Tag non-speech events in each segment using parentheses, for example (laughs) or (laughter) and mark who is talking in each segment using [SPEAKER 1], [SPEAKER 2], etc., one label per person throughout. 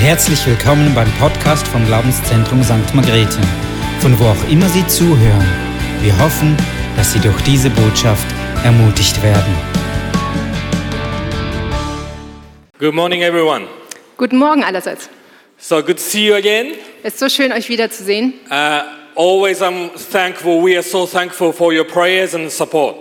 [SPEAKER 1] Herzlich willkommen beim Podcast vom Glaubenszentrum St. Margrethe, von wo auch immer Sie zuhören. Wir hoffen, dass Sie durch diese Botschaft ermutigt werden.
[SPEAKER 2] Good morning, everyone.
[SPEAKER 3] Guten Morgen allerseits.
[SPEAKER 2] So good to see you again.
[SPEAKER 3] Es ist so schön, euch wiederzusehen.
[SPEAKER 2] Uh, always, I'm thankful. We are so thankful for your prayers and support.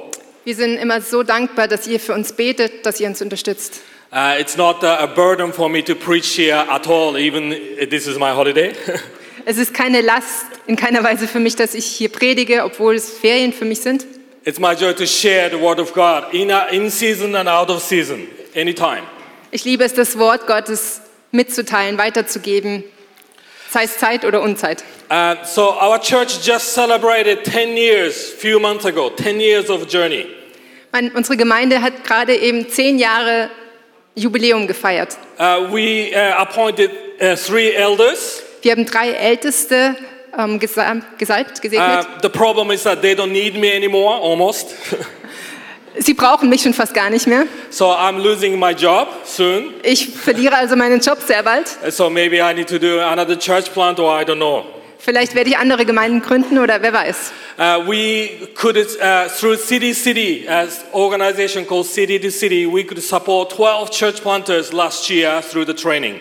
[SPEAKER 3] Wir sind immer so dankbar, dass ihr für uns betet, dass ihr uns unterstützt.
[SPEAKER 2] Uh, it's not uh, a burden for me to preach here at all, even this is my holiday. (laughs)
[SPEAKER 3] Es ist keine Last in keiner Weise für mich, dass ich hier predige, obwohl es Ferien für mich sind.
[SPEAKER 2] it's my joy to share the word of God in, uh, in season and out of season, anytime.
[SPEAKER 3] Ich liebe es, das Wort Gottes mitzuteilen, weiterzugeben, sei es Zeit oder Unzeit.
[SPEAKER 2] Uh, so our church just celebrated 10 years, few months ago, 10 years of journey.
[SPEAKER 3] Mein, unsere Gemeinde hat gerade eben zehn Jahre Jubiläum gefeiert.
[SPEAKER 2] Uh, we uh, appointed uh, three elders.
[SPEAKER 3] Wir haben drei Älteste ähm, gesa- gesalbt, gesegnet.
[SPEAKER 2] Uh, the problem is that they don't need me anymore, almost.
[SPEAKER 3] Sie brauchen mich schon fast gar nicht mehr.
[SPEAKER 2] so I'm losing my job soon.
[SPEAKER 3] Ich verliere also meinen Job sehr bald.
[SPEAKER 2] Uh, So maybe I need to do another church plant, or I don't know.
[SPEAKER 3] Vielleicht werde ich andere Gemeinden gründen oder wer weiß.
[SPEAKER 2] Uh, we could, uh, through City City, as organization called City to City, we could support 12 church planters last year through the training.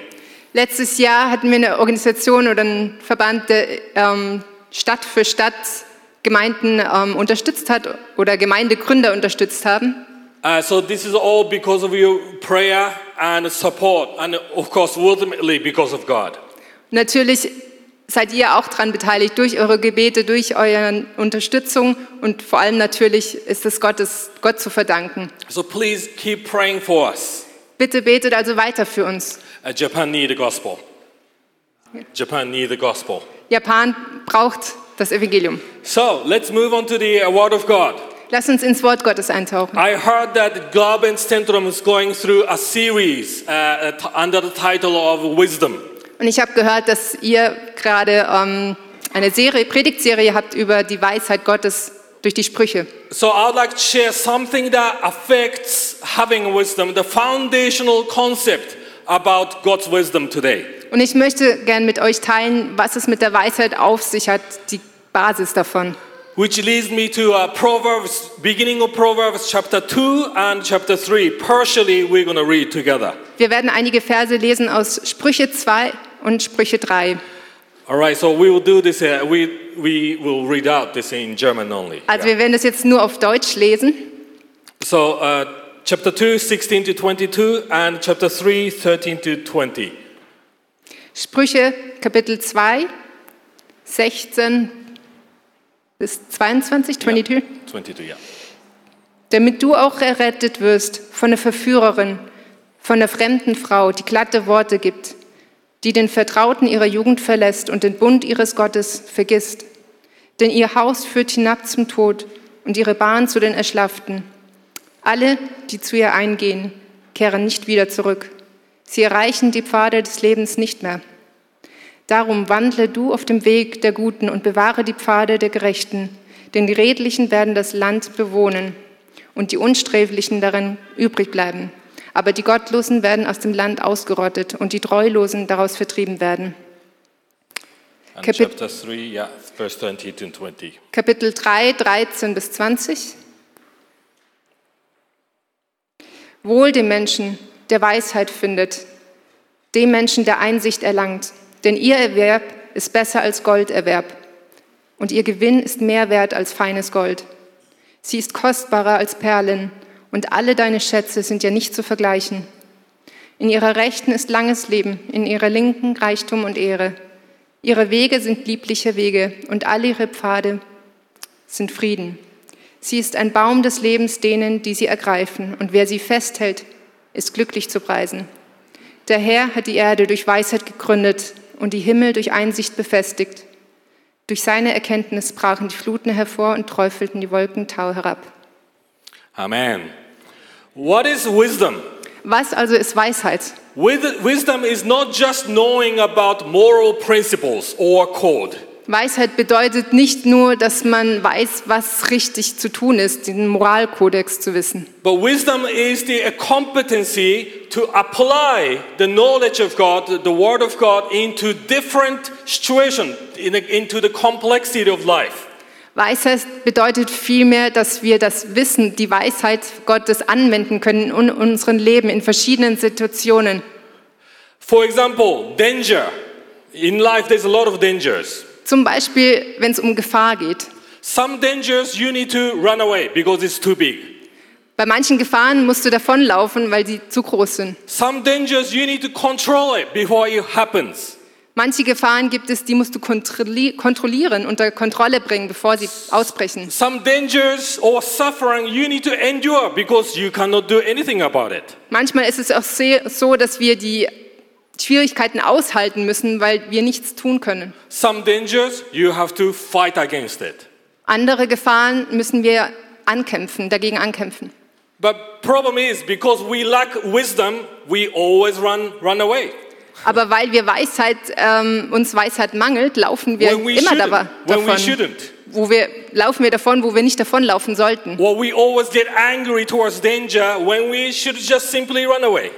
[SPEAKER 3] Letztes Jahr hatten wir eine Organisation oder einen Verband, der ähm, Stadt für Stadt Gemeinden ähm, unterstützt hat oder Gemeindegründer unterstützt haben.
[SPEAKER 2] Uh, so this is all because of your prayer and support, and of course, ultimately because of God.
[SPEAKER 3] Natürlich seid ihr auch daran beteiligt durch eure Gebete, durch eure Unterstützung und vor allem natürlich ist es Gottes, Gott zu verdanken.
[SPEAKER 2] So please keep praying for us.
[SPEAKER 3] Bitte betet also weiter für uns.
[SPEAKER 2] Uh, Japan need the gospel. Japan need the gospel.
[SPEAKER 3] Japan braucht das Evangelium.
[SPEAKER 2] So let's move on to the uh, Word of God.
[SPEAKER 3] Lass uns ins Wort Gottes eintauchen.
[SPEAKER 2] I heard that Glaubenscentrum is going through a series uh, t- under the title of Wisdom.
[SPEAKER 3] Und ich habe gehört, dass ihr gerade ähm, eine Serie, Predigtserie habt über die Weisheit Gottes durch die Sprüche.
[SPEAKER 2] So I would like to share something that affects having wisdom, the foundational concept about God's wisdom today.
[SPEAKER 3] Und ich möchte gern mit euch teilen, was es mit der Weisheit auf sich hat, die Basis davon.
[SPEAKER 2] Which leads me to uh, Proverbs, beginning of Proverbs chapter 2 and chapter 3. Partially, we're going to read together.
[SPEAKER 3] Wir werden einige Verse lesen aus Sprüche 2 und Sprüche 3.
[SPEAKER 2] All right, so we will do this, uh, we, we will read out this in German only.
[SPEAKER 3] Also
[SPEAKER 2] Yeah.
[SPEAKER 3] wir werden das jetzt nur auf Deutsch lesen.
[SPEAKER 2] So, uh, chapter 2, 16 to 22, and chapter 3, 13 to 20.
[SPEAKER 3] Sprüche Kapitel 2, 16 bis 22, 22.
[SPEAKER 2] 22, yeah.
[SPEAKER 3] damit du auch errettet wirst von der Verführerin, von der fremden Frau, die glatte Worte gibt, die den Vertrauten ihrer Jugend verlässt und den Bund ihres Gottes vergisst. Denn ihr Haus führt hinab zum Tod und ihre Bahn zu den Erschlafften. Alle, die zu ihr eingehen, kehren nicht wieder zurück. Sie erreichen die Pfade des Lebens nicht mehr. Darum wandle du auf dem Weg der Guten und bewahre die Pfade der Gerechten, denn die Redlichen werden das Land bewohnen und die Unsträflichen darin übrig bleiben. Aber die Gottlosen werden aus dem Land ausgerottet und die Treulosen daraus vertrieben werden.
[SPEAKER 2] And
[SPEAKER 3] Kapit-
[SPEAKER 2] chapter 3, yeah, verse 20 to 20.
[SPEAKER 3] Kapitel 3, 13 bis 20. Wohl dem Menschen, der Weisheit findet, dem Menschen, der Einsicht erlangt, denn ihr Erwerb ist besser als Golderwerb und ihr Gewinn ist mehr wert als feines Gold. Sie ist kostbarer als Perlen und alle deine Schätze sind ja nicht zu vergleichen. In ihrer Rechten ist langes Leben, in ihrer Linken Reichtum und Ehre. Ihre Wege sind liebliche Wege und alle ihre Pfade sind Frieden. Sie ist ein Baum des Lebens denen, die sie ergreifen, und wer sie festhält, ist glücklich zu preisen. Der Herr hat die Erde durch Weisheit gegründet und die Himmel durch Einsicht befestigt. Durch seine Erkenntnis brachen die Fluten hervor und träufelten die Wolken tau herab.
[SPEAKER 2] Amen. What is wisdom?
[SPEAKER 3] Was also ist Weisheit?
[SPEAKER 2] With- Wisdom is not just knowing about moral principles or code.
[SPEAKER 3] Weisheit bedeutet nicht nur, dass man weiß, was richtig zu tun ist, den Moralkodex zu wissen.
[SPEAKER 2] But wisdom is the competency to apply the knowledge of God, the- the Word of God, into different situations, into the complexity of life.
[SPEAKER 3] Weisheit bedeutet vielmehr, dass wir das Wissen, die Weisheit Gottes anwenden können in unserem Leben, in verschiedenen Situationen.
[SPEAKER 2] For example, danger. In life, there's a lot of dangers.
[SPEAKER 3] Zum Beispiel, wenn es um Gefahr geht.
[SPEAKER 2] Some dangers you need to run away because it's too big.
[SPEAKER 3] Bei manchen Gefahren musst du davonlaufen, weil sie zu groß sind.
[SPEAKER 2] Some dangers you need to control it before it happens.
[SPEAKER 3] Manche Gefahren gibt es, die musst du kontrolli kontrollieren, unter Kontrolle bringen, bevor sie ausbrechen.
[SPEAKER 2] Some dangers or suffering you need to endure because you cannot do anything about it.
[SPEAKER 3] Manchmal ist es auch se- so, dass wir die Schwierigkeiten aushalten müssen, weil wir nichts tun können.
[SPEAKER 2] Some dangers you have to fight against it.
[SPEAKER 3] Andere Gefahren müssen wir ankämpfen, dagegen ankämpfen.
[SPEAKER 2] But problem is because we lack wisdom, we always run run away.
[SPEAKER 3] Aber weil wir Weisheit, ähm, uns Weisheit mangelt, laufen wir
[SPEAKER 2] when we
[SPEAKER 3] immer
[SPEAKER 2] shouldn't.
[SPEAKER 3] dabei,
[SPEAKER 2] when we
[SPEAKER 3] davon.
[SPEAKER 2] shouldn't.
[SPEAKER 3] Wo wir, laufen wir davon, wo wir nicht davonlaufen sollten.
[SPEAKER 2] Or we always get angry towards danger when we should just simply run away.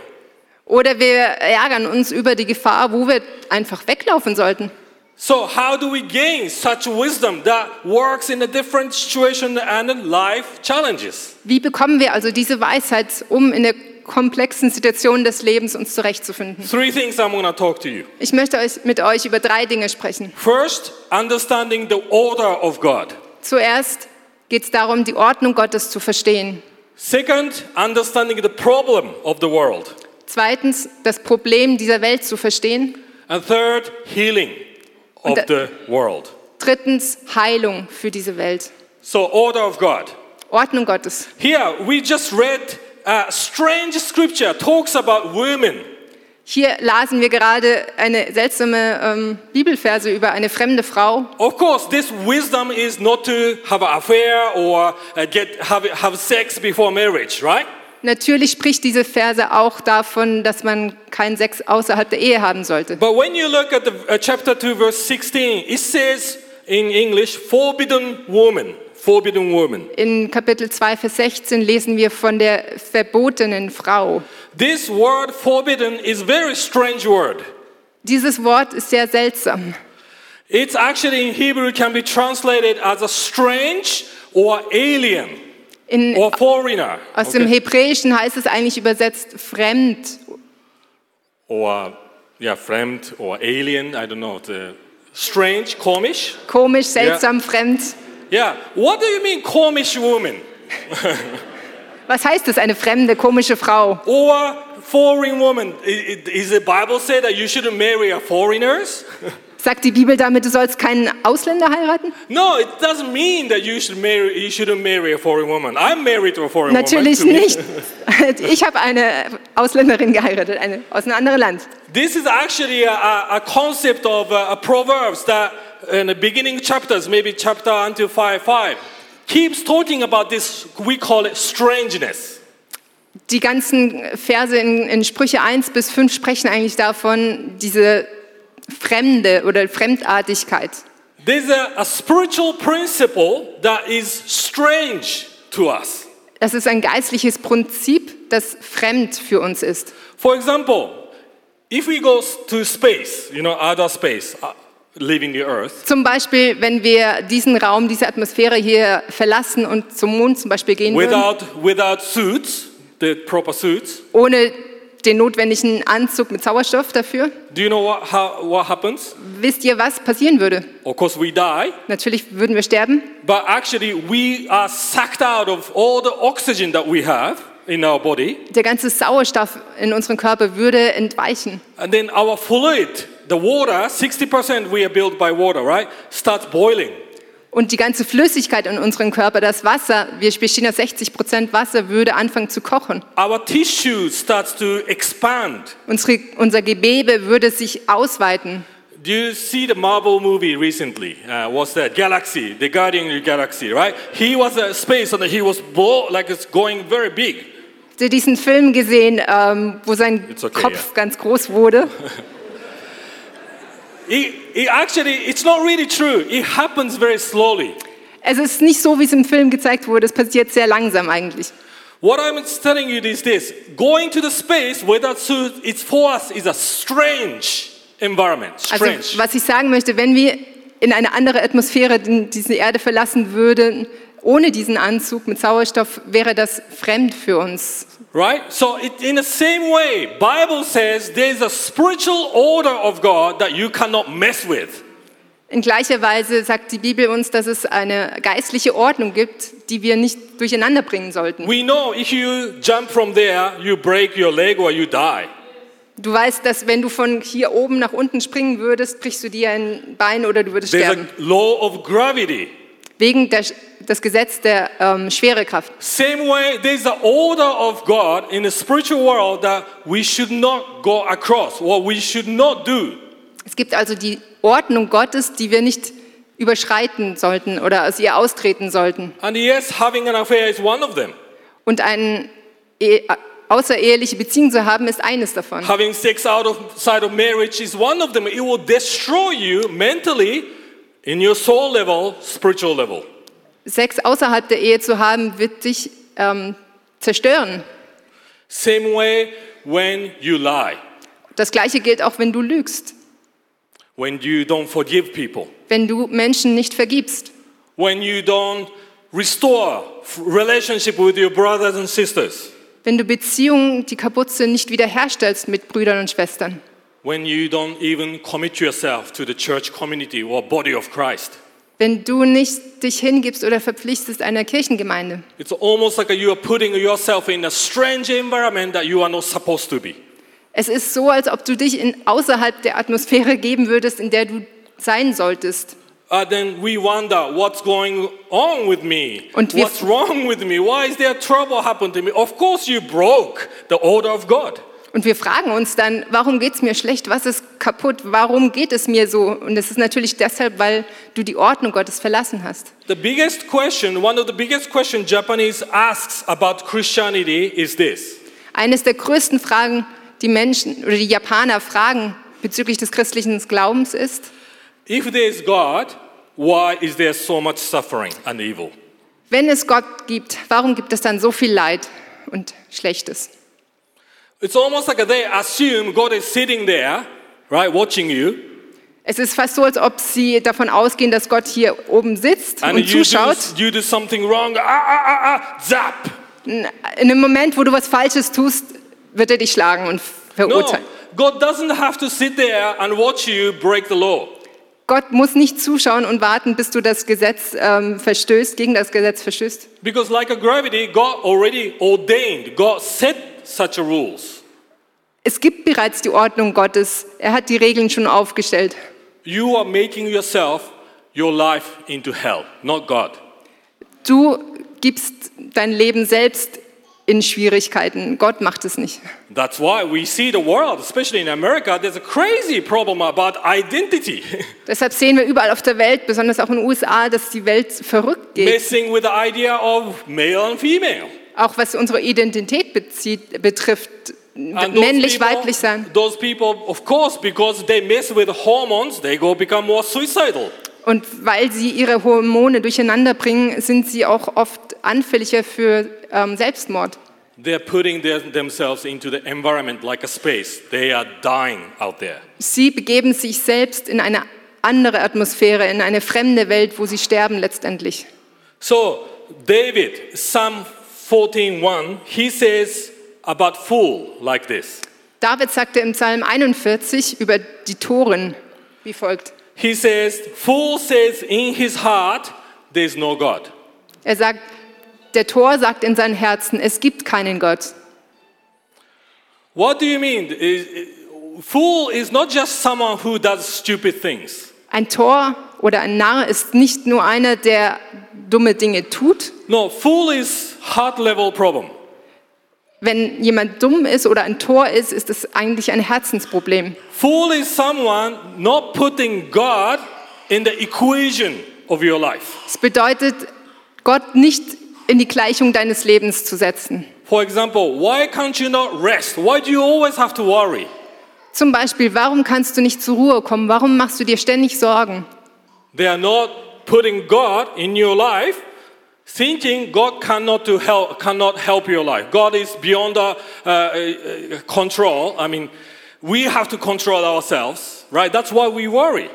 [SPEAKER 3] Oder wir ärgern uns über die Gefahr, wo wir einfach weglaufen sollten.
[SPEAKER 2] So how do we gain such wisdom that works in a different situation and life challenges?
[SPEAKER 3] Wie bekommen wir also diese Weisheit, um in der komplexen Situation des Lebens uns zurechtzufinden?
[SPEAKER 2] Three things I'm going to talk to you.
[SPEAKER 3] Ich möchte euch, mit euch über drei Dinge sprechen.
[SPEAKER 2] First, understanding the order of God.
[SPEAKER 3] Zuerst geht es darum, die Ordnung Gottes zu verstehen.
[SPEAKER 2] Second, understanding the problem of the world.
[SPEAKER 3] Zweitens, das Problem dieser Welt zu verstehen.
[SPEAKER 2] And third, healing of
[SPEAKER 3] Und
[SPEAKER 2] the world.
[SPEAKER 3] Drittens, Heilung für diese Welt.
[SPEAKER 2] So, order of God.
[SPEAKER 3] Ordnung Gottes.
[SPEAKER 2] Here, we just read a strange scripture talks about women.
[SPEAKER 3] Hier lasen wir gerade eine seltsame ähm, Bibelverse über eine fremde Frau.
[SPEAKER 2] Of course, this wisdom is not to have an affair or uh, get have, have sex before marriage, right?
[SPEAKER 3] Natürlich spricht diese Verse auch davon, dass man keinen Sex außerhalb der Ehe haben sollte.
[SPEAKER 2] But when you look at the, uh, chapter 2, verse 16, it says in English, forbidden woman, forbidden woman.
[SPEAKER 3] In Kapitel 2, Vers 16 lesen wir von der verbotenen Frau.
[SPEAKER 2] This word forbidden is very strange word.
[SPEAKER 3] Dieses Wort ist sehr seltsam.
[SPEAKER 2] It's actually in Hebrew can be translated as a strange or alien
[SPEAKER 3] In,
[SPEAKER 2] or foreigner.
[SPEAKER 3] aus dem Hebräischen heißt es eigentlich übersetzt fremd.
[SPEAKER 2] Or, yeah, fremd or alien, I don't know. The strange, komisch.
[SPEAKER 3] Komisch, seltsam, fremd.
[SPEAKER 2] Yeah. What do you mean komisch woman
[SPEAKER 3] Was heißt es, eine fremde, komische Frau?
[SPEAKER 2] or foreign woman? I- i- Is the Bible say that you shouldn't marry a foreigners?
[SPEAKER 3] Sagt die Bibel damit, du sollst keinen Ausländer heiraten?
[SPEAKER 2] No, it doesn't mean that you should marry. You shouldn't marry a foreign woman. I'm married to a foreign
[SPEAKER 3] Natürlich
[SPEAKER 2] woman.
[SPEAKER 3] nicht. (laughs) Ich habe eine Ausländerin geheiratet, eine aus einem anderen Land.
[SPEAKER 2] (laughs) This is actually a, a, a concept of uh, a proverbs that in the beginning chapters, maybe chapter until five five, keeps talking about this. We call it strangeness.
[SPEAKER 3] Die ganzen Verse in, in Sprüche 1 bis 5 sprechen eigentlich davon, diese Fremde oder Fremdartigkeit.
[SPEAKER 2] There's a, a spiritual principle that is strange to us.
[SPEAKER 3] Das ist ein geistliches Prinzip, das fremd für uns ist.
[SPEAKER 2] For example, if we go s- to space, you know, outer space, uh, leaving the Earth,
[SPEAKER 3] Zum Beispiel, wenn wir diesen Raum, diese Atmosphäre hier verlassen und zum Mond zum Beispiel gehen würden,
[SPEAKER 2] without, without suits, the proper suits,
[SPEAKER 3] ohne den notwendigen Anzug mit Sauerstoff dafür,
[SPEAKER 2] do you know what, how, what happens?
[SPEAKER 3] wisst ihr, was passieren würde?
[SPEAKER 2] Of course, we die,
[SPEAKER 3] Natürlich würden wir sterben,
[SPEAKER 2] but actually, we are sucked out of all the oxygen that we have in our body,
[SPEAKER 3] der ganze Sauerstoff in unserem Körper würde entweichen.
[SPEAKER 2] and then our fluid, the water, 60% we are built by water, right? Starts boiling.
[SPEAKER 3] Und die ganze Flüssigkeit in unserem Körper, das Wasser, wir bestehen aus 60 Prozent Wasser, würde anfangen zu kochen.
[SPEAKER 2] Our tissue starts to expand.
[SPEAKER 3] Unsere, unser Gewebe würde sich ausweiten.
[SPEAKER 2] Do you see the Marvel movie recently? Uh, what's that? Galaxy, the Guardian of the Galaxy, right? He was a space and he was blow, like it's going very big.
[SPEAKER 3] Habt ihr diesen Film gesehen, ähm, wo sein
[SPEAKER 2] It's okay,
[SPEAKER 3] Kopf
[SPEAKER 2] yeah.
[SPEAKER 3] ganz
[SPEAKER 2] (laughs)
[SPEAKER 3] groß wurde?
[SPEAKER 2] It, it actually, it's not really true. It happens very slowly.
[SPEAKER 3] Es ist nicht so, wie es im Film gezeigt wurde. Es passiert sehr langsam eigentlich.
[SPEAKER 2] What I'm telling you is this going to the space without suit, it's for us is a strange environment.
[SPEAKER 3] Also
[SPEAKER 2] Strange.
[SPEAKER 3] was ich sagen möchte, wenn wir in eine andere Atmosphäre den- diese Erde verlassen würden, ohne diesen Anzug mit Sauerstoff, wäre das fremd für uns.
[SPEAKER 2] right? So it, in the same way, Bible says there's a spiritual order of God that you cannot mess with.
[SPEAKER 3] In gleicher Weise sagt die Bibel uns, dass es eine geistliche Ordnung gibt, die wir nicht durcheinander bringen sollten.
[SPEAKER 2] We know if you jump from there, you break your leg or you die.
[SPEAKER 3] Du weißt, dass wenn du von hier oben nach unten springen würdest, brichst du dir ein Bein oder du würdest
[SPEAKER 2] There's
[SPEAKER 3] sterben.
[SPEAKER 2] a law of gravity.
[SPEAKER 3] Wegen der, das Gesetz der ähm, Schwerekraft.
[SPEAKER 2] Same way, there's an order of God in the spiritual world that we should not go across, what we should not do.
[SPEAKER 3] Es gibt also die Ordnung Gottes, die wir nicht überschreiten sollten oder aus ihr austreten sollten.
[SPEAKER 2] And yes, having an affair is one of them.
[SPEAKER 3] Und eine e außereheliche Beziehung zu haben, ist eines davon.
[SPEAKER 2] Having sex outside of marriage is one of them. It will destroy you mentally, in your soul level, spiritual level.
[SPEAKER 3] Sex außerhalb der Ehe zu haben, wird dich ähm, zerstören.
[SPEAKER 2] Same way, when you lie,
[SPEAKER 3] Das Gleiche gilt auch, wenn du lügst,
[SPEAKER 2] when you don't forgive people,
[SPEAKER 3] wenn du Menschen nicht vergibst,
[SPEAKER 2] when you don't restore f- relationship with your brothers and sisters,
[SPEAKER 3] wenn du Beziehungen, die kaputt sind, nicht wiederherstellst mit Brüdern und Schwestern,
[SPEAKER 2] when you don't even commit yourself to the church community or body of Christ.
[SPEAKER 3] wenn du nicht dich hingibst oder verpflichtest einer Kirchengemeinde.
[SPEAKER 2] It's almost like you are putting yourself in a strange environment that you are not supposed to be.
[SPEAKER 3] Es ist so, als ob du dich in, außerhalb der Atmosphäre geben würdest, in der du sein solltest.
[SPEAKER 2] Uh, then we wonder what's going on with me.
[SPEAKER 3] Und wir-
[SPEAKER 2] what's wrong with me? Why is there trouble happened to me? Of course, you broke the order of God.
[SPEAKER 3] Und wir fragen uns dann, warum geht es mir schlecht? Was ist kaputt? Warum geht es mir so? Und es ist natürlich deshalb, weil du die Ordnung Gottes verlassen hast.
[SPEAKER 2] The biggest question, one of the biggest questions Japanese asks about Christianity is this:
[SPEAKER 3] Eines der größten Fragen, die Menschen oder die Japaner fragen bezüglich des christlichen Glaubens ist,
[SPEAKER 2] If there is God, why is there so much suffering and evil?
[SPEAKER 3] wenn es Gott gibt, warum gibt es dann so viel Leid und Schlechtes?
[SPEAKER 2] It's almost like they assume God is sitting there, right, watching you,
[SPEAKER 3] Es ist fast so, als ob sie davon ausgehen, dass Gott hier oben sitzt
[SPEAKER 2] and
[SPEAKER 3] und
[SPEAKER 2] you do,
[SPEAKER 3] zuschaut.
[SPEAKER 2] you do something wrong, ah, ah, ah, ah, zap.
[SPEAKER 3] In einem Moment, wo du was Falsches tust, wird er dich schlagen und
[SPEAKER 2] No,
[SPEAKER 3] verurteilen.
[SPEAKER 2] God doesn't have to sit there and watch you break the law.
[SPEAKER 3] Gott muss nicht zuschauen und warten, bis du das Gesetz ähm, verstößt, gegen das Gesetz verstößt.
[SPEAKER 2] Because like a gravity, God already ordained, God set such a rules.
[SPEAKER 3] Es gibt bereits die Ordnung Gottes. Er hat die Regeln schon aufgestellt.
[SPEAKER 2] You are making yourself, your life into hell, not God.
[SPEAKER 3] Du gibst dein Leben selbst in Schwierigkeiten. Gott macht es nicht.
[SPEAKER 2] That's why we see the world, especially in America, there's a crazy problem about
[SPEAKER 3] (laughs)
[SPEAKER 2] identity.
[SPEAKER 3] Deshalb sehen wir überall auf der Welt, besonders auch in den USA, dass die Welt verrückt
[SPEAKER 2] (laughs)
[SPEAKER 3] geht.
[SPEAKER 2] Messing with the idea of male and female.
[SPEAKER 3] Auch was unsere Identität bezieht, betrifft,
[SPEAKER 2] And those
[SPEAKER 3] männlich,
[SPEAKER 2] people-
[SPEAKER 3] weiblich sein.
[SPEAKER 2] Those people, of course, because they mess with hormones, they go become more suicidal.
[SPEAKER 3] Und weil sie ihre Hormone durcheinander bringen, sind sie auch oft anfälliger für ähm, Selbstmord.
[SPEAKER 2] They're putting their, themselves into the environment like a space. They are dying out there.
[SPEAKER 3] Sie begeben sich selbst in eine andere Atmosphäre, in eine fremde Welt, wo sie sterben letztendlich.
[SPEAKER 2] So, David, Psalm 14:1, he says about fool like this.
[SPEAKER 3] David sagte im Psalm 41 über die Toren wie folgt.
[SPEAKER 2] He says, "Fool says in his heart, there is no God."
[SPEAKER 3] Er sagt, der Tor sagt in seinem Herzen, es gibt keinen Gott.
[SPEAKER 2] What do you mean? Is- Fool is not just someone who does stupid things.
[SPEAKER 3] Ein Tor oder ein Narr ist nicht nur einer, der dumme Dinge tut.
[SPEAKER 2] No, fool is heart level problem.
[SPEAKER 3] Wenn jemand dumm ist oder ein Tor ist, ist es eigentlich ein Herzensproblem.
[SPEAKER 2] Fool is someone not putting God in the equation of your life.
[SPEAKER 3] Es bedeutet, Gott nicht in die Gleichung deines Lebens zu setzen.
[SPEAKER 2] For example, why can't you not rest? Why do you always have to worry?
[SPEAKER 3] Zum Beispiel, warum kannst du nicht zur Ruhe kommen? Warum machst du dir ständig Sorgen?
[SPEAKER 2] They are not putting God in your life Thinking God cannot, to help, cannot help your life. God is beyond uh, uh, uh, control. I mean, we have to control ourselves, right? That's why we worry.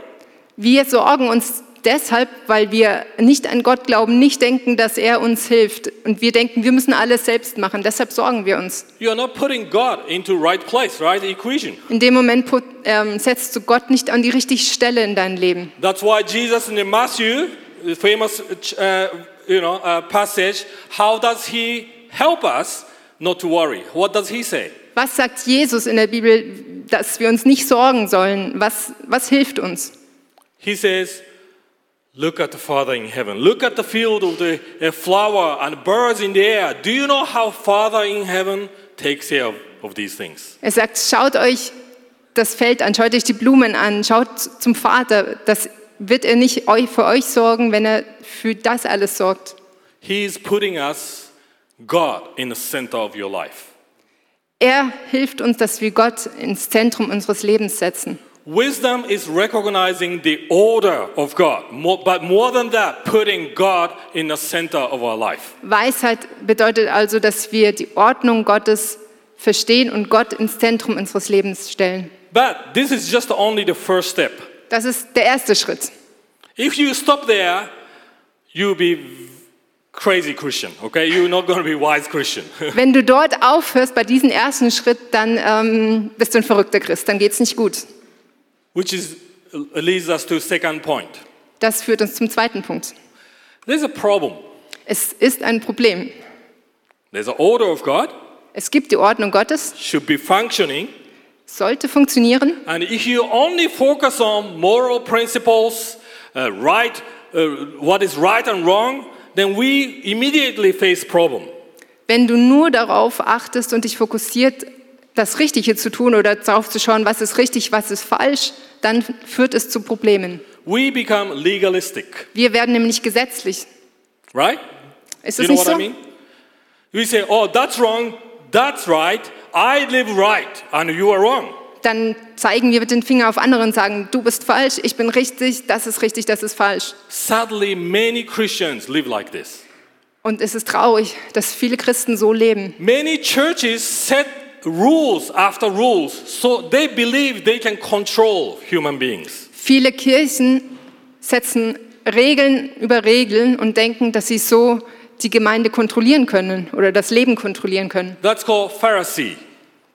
[SPEAKER 3] Wir sorgen uns deshalb, weil wir nicht an Gott glauben, nicht denken, dass er uns hilft. Und wir denken, wir müssen alles selbst machen. Deshalb sorgen wir uns.
[SPEAKER 2] You're not putting God into right place, right equation.
[SPEAKER 3] In dem Moment put, ähm, setzt du Gott nicht an die richtige Stelle in dein Leben.
[SPEAKER 2] That's why Jesus in the Matthew, the famous uh, you know, uh, passage, how does he help us not to worry? What does he say?
[SPEAKER 3] Was sagt Jesus in der Bibel, dass wir uns nicht sorgen sollen? Was, was hilft uns?
[SPEAKER 2] He says, Look at the Father in heaven. Look at the field of the uh, flower and birds in the air. Do you know how Father in heaven takes care of, of these things?
[SPEAKER 3] Er sagt, schaut euch das Feld an, schaut euch die Blumen an, schaut zum Vater. Das wird er nicht eu- für euch sorgen, wenn er für das alles sorgt.
[SPEAKER 2] He is putting us, God, in the center of your life.
[SPEAKER 3] Er hilft uns, dass wir Gott ins Zentrum unseres Lebens setzen.
[SPEAKER 2] Wisdom is recognizing the order of God, more, but more than that, putting God in the center of our life.
[SPEAKER 3] Weisheit bedeutet also, dass wir die Ordnung Gottes verstehen und Gott ins Zentrum unseres Lebens stellen.
[SPEAKER 2] But this is just only the first step.
[SPEAKER 3] Das ist der erste Schritt.
[SPEAKER 2] If you stop there, you'll be crazy Christian, okay? You're not going to be wise Christian.
[SPEAKER 3] Wenn du dort aufhörst bei diesem ersten Schritt, dann ähm, bist du ein verrückter Christ, dann geht's nicht gut.
[SPEAKER 2] Which is, uh, leads us to second point.
[SPEAKER 3] Das führt uns zum zweiten Punkt.
[SPEAKER 2] There's a problem.
[SPEAKER 3] Es ist ein Problem.
[SPEAKER 2] There's an order of God,
[SPEAKER 3] Es gibt die Ordnung Gottes,
[SPEAKER 2] should be functioning.
[SPEAKER 3] sollte funktionieren.
[SPEAKER 2] And if you only focus on moral principles, uh, right, uh, what is right and wrong, then we immediately face problem.
[SPEAKER 3] Wenn du nur darauf achtest und dich fokussiert, das Richtige zu tun oder darauf zu schauen, was ist richtig, was ist falsch, dann führt es zu Problemen.
[SPEAKER 2] We become legalistic,
[SPEAKER 3] Wir werden nämlich gesetzlich.
[SPEAKER 2] right?
[SPEAKER 3] Ist
[SPEAKER 2] you
[SPEAKER 3] es
[SPEAKER 2] know
[SPEAKER 3] nicht
[SPEAKER 2] what
[SPEAKER 3] so?
[SPEAKER 2] I mean? You say, oh, that's wrong, that's right, I live right, and you are wrong.
[SPEAKER 3] Dann zeigen wir mit den Finger auf andere und sagen, du bist falsch, ich bin richtig, das ist richtig, das ist falsch.
[SPEAKER 2] Sadly, many Christians live like this.
[SPEAKER 3] Und es ist traurig, dass viele Christen so leben.
[SPEAKER 2] Many churches set rules after rules, so they believe they can control human beings.
[SPEAKER 3] Viele Kirchen setzen Regeln über Regeln und denken, dass sie so die Gemeinde kontrollieren können oder das Leben kontrollieren können.
[SPEAKER 2] That's called Pharisee.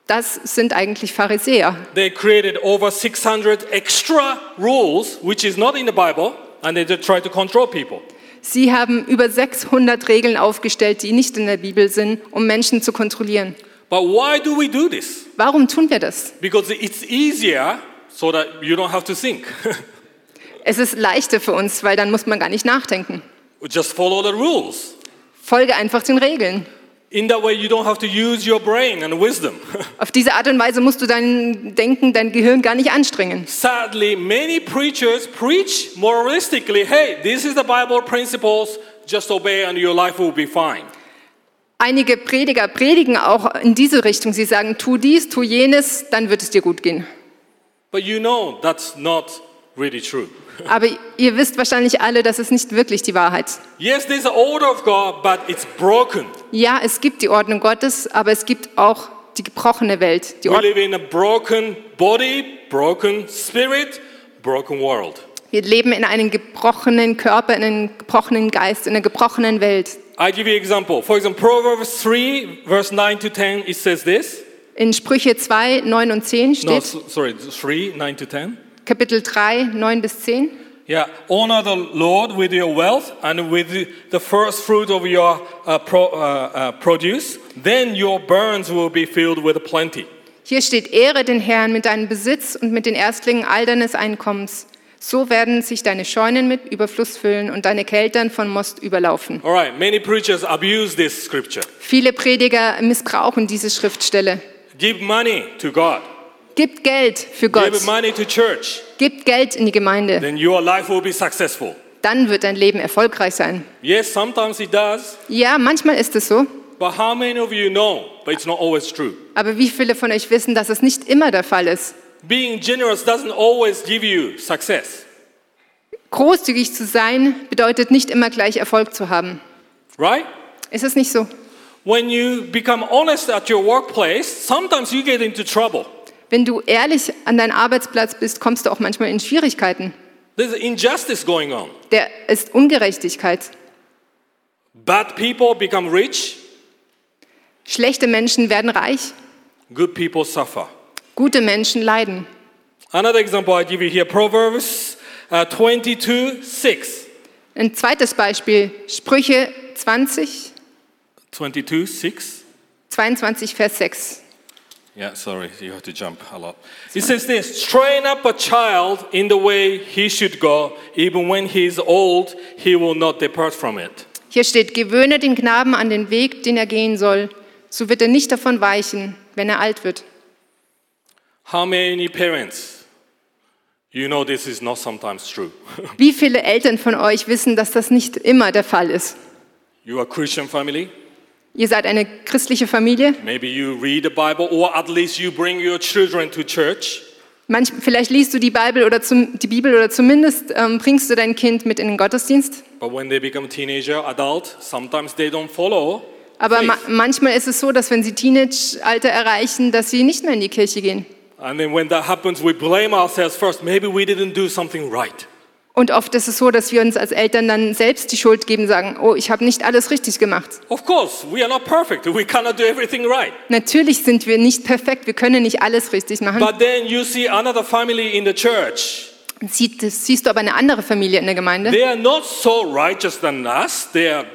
[SPEAKER 3] Das sind eigentlich Pharisäer.
[SPEAKER 2] They created over 600 extra rules, which is not in the Bible, and they just try to control people.
[SPEAKER 3] Sie haben über 600 Regeln aufgestellt, die nicht in der Bibel sind, um Menschen zu kontrollieren.
[SPEAKER 2] But why do we do this?
[SPEAKER 3] Warum tun wir das?
[SPEAKER 2] Because it's easier so that you don't have to think. (laughs)
[SPEAKER 3] Es ist leichter für uns, weil dann muss man gar nicht nachdenken.
[SPEAKER 2] just follow the rules.
[SPEAKER 3] Folge einfach den Regeln.
[SPEAKER 2] In that way, you don't have to use your brain and wisdom. (laughs)
[SPEAKER 3] Auf diese Art und Weise musst du dein Denken, dein Gehirn gar nicht anstrengen.
[SPEAKER 2] Sadly, many preachers preach moralistically hey, this is the Bible principles, just obey and your life will be fine.
[SPEAKER 3] Einige Prediger predigen auch in diese Richtung. Sie sagen, tu dies, tu jenes, dann wird es dir gut gehen.
[SPEAKER 2] But you know that's not really true.
[SPEAKER 3] Aber ihr wisst wahrscheinlich alle, das ist nicht wirklich die Wahrheit.
[SPEAKER 2] Yes, there's an order of God, but it's broken.
[SPEAKER 3] Ja, es gibt die Ordnung Gottes, aber es gibt auch die gebrochene Welt. Die
[SPEAKER 2] We
[SPEAKER 3] Ord
[SPEAKER 2] live in a broken body, broken spirit, broken world.
[SPEAKER 3] Wir leben in einem gebrochenen Körper, in einem gebrochenen Geist, in einer gebrochenen Welt.
[SPEAKER 2] I give you example. For example, Proverbs 3, verse 9 to 10, it says this.
[SPEAKER 3] In Sprüche 2, 9 und 10
[SPEAKER 2] No,
[SPEAKER 3] steht,
[SPEAKER 2] s- sorry, 3, 9 to 10.
[SPEAKER 3] Kapitel 3, 9 bis 10.
[SPEAKER 2] Yeah, honor the Lord with your wealth and with the first fruit of your uh, pro, uh, uh, produce. Then your barns will be filled with plenty.
[SPEAKER 3] Hier steht, Ehre den Herrn mit deinem Besitz und mit den Erstlingen all deines Einkommens. So werden sich deine Scheunen mit Überfluss füllen und deine Keltern von Most überlaufen.
[SPEAKER 2] All right, many preachers abuse this scripture.
[SPEAKER 3] Viele Prediger missbrauchen diese Schriftstelle.
[SPEAKER 2] Give money to God.
[SPEAKER 3] Gebt Geld für Gott,
[SPEAKER 2] Give money to church.
[SPEAKER 3] gebt Geld in die Gemeinde,
[SPEAKER 2] Then your life will be successful.
[SPEAKER 3] dann wird dein Leben erfolgreich sein.
[SPEAKER 2] Yes, sometimes it does.
[SPEAKER 3] Ja, manchmal ist es so,
[SPEAKER 2] But how many of you know? But it's not always true.
[SPEAKER 3] aber wie viele von euch wissen, dass es nicht immer der Fall ist?
[SPEAKER 2] Being generous doesn't always give you success.
[SPEAKER 3] Großzügig zu sein bedeutet nicht immer gleich Erfolg zu haben.
[SPEAKER 2] Right?
[SPEAKER 3] Ist es nicht so?
[SPEAKER 2] When you become honest at your workplace, sometimes you get into trouble.
[SPEAKER 3] Wenn du ehrlich an deinen Arbeitsplatz bist, kommst du auch manchmal in Schwierigkeiten.
[SPEAKER 2] There's injustice going on.
[SPEAKER 3] Der ist Ungerechtigkeit.
[SPEAKER 2] Bad people become rich,
[SPEAKER 3] Schlechte Menschen werden reich,
[SPEAKER 2] good people suffer.
[SPEAKER 3] gute Menschen leiden.
[SPEAKER 2] Another example I give you here Proverbs uh, 22 6.
[SPEAKER 3] Ein zweites Beispiel, Sprüche 20,
[SPEAKER 2] 22 6.
[SPEAKER 3] 22, Vers 6.
[SPEAKER 2] Yeah, sorry, you have to jump a lot. It says this train up a child in the way he should go, even when he is old, he will not depart from it.
[SPEAKER 3] Hier steht, gewöhne den Knaben an den Weg, den er gehen soll. So wird er nicht davon weichen, wenn er alt wird.
[SPEAKER 2] How many parents? You know this is not sometimes true. (laughs)
[SPEAKER 3] Wie viele Eltern von euch wissen, dass das nicht immer der Fall ist?
[SPEAKER 2] you are a Christian family.
[SPEAKER 3] Ihr seid eine christliche Familie.
[SPEAKER 2] Maybe you read the Bible or at least you bring your children to church.
[SPEAKER 3] Manch, vielleicht liest du die Bibel oder zum, die Bibel oder zumindest ähm, bringst du dein Kind mit in den Gottesdienst.
[SPEAKER 2] But when they become teenager, adult, sometimes they don't follow.
[SPEAKER 3] Aber
[SPEAKER 2] faith.
[SPEAKER 3] ma manchmal ist es so, dass wenn sie Teenage-Alter erreichen, dass sie nicht mehr in die Kirche gehen.
[SPEAKER 2] And then when that happens, we blame ourselves first. Maybe we didn't do something right.
[SPEAKER 3] Und oft ist es so, dass wir uns als Eltern dann selbst die Schuld geben, sagen, oh, ich habe nicht alles richtig gemacht.
[SPEAKER 2] Of course, we are not perfect. We cannot do everything right.
[SPEAKER 3] Natürlich sind wir nicht perfekt, wir können nicht alles richtig machen.
[SPEAKER 2] But then you see another family in the church.
[SPEAKER 3] Sieht, siehst du aber eine andere Familie in der Gemeinde,
[SPEAKER 2] They are not so righteous than us. They are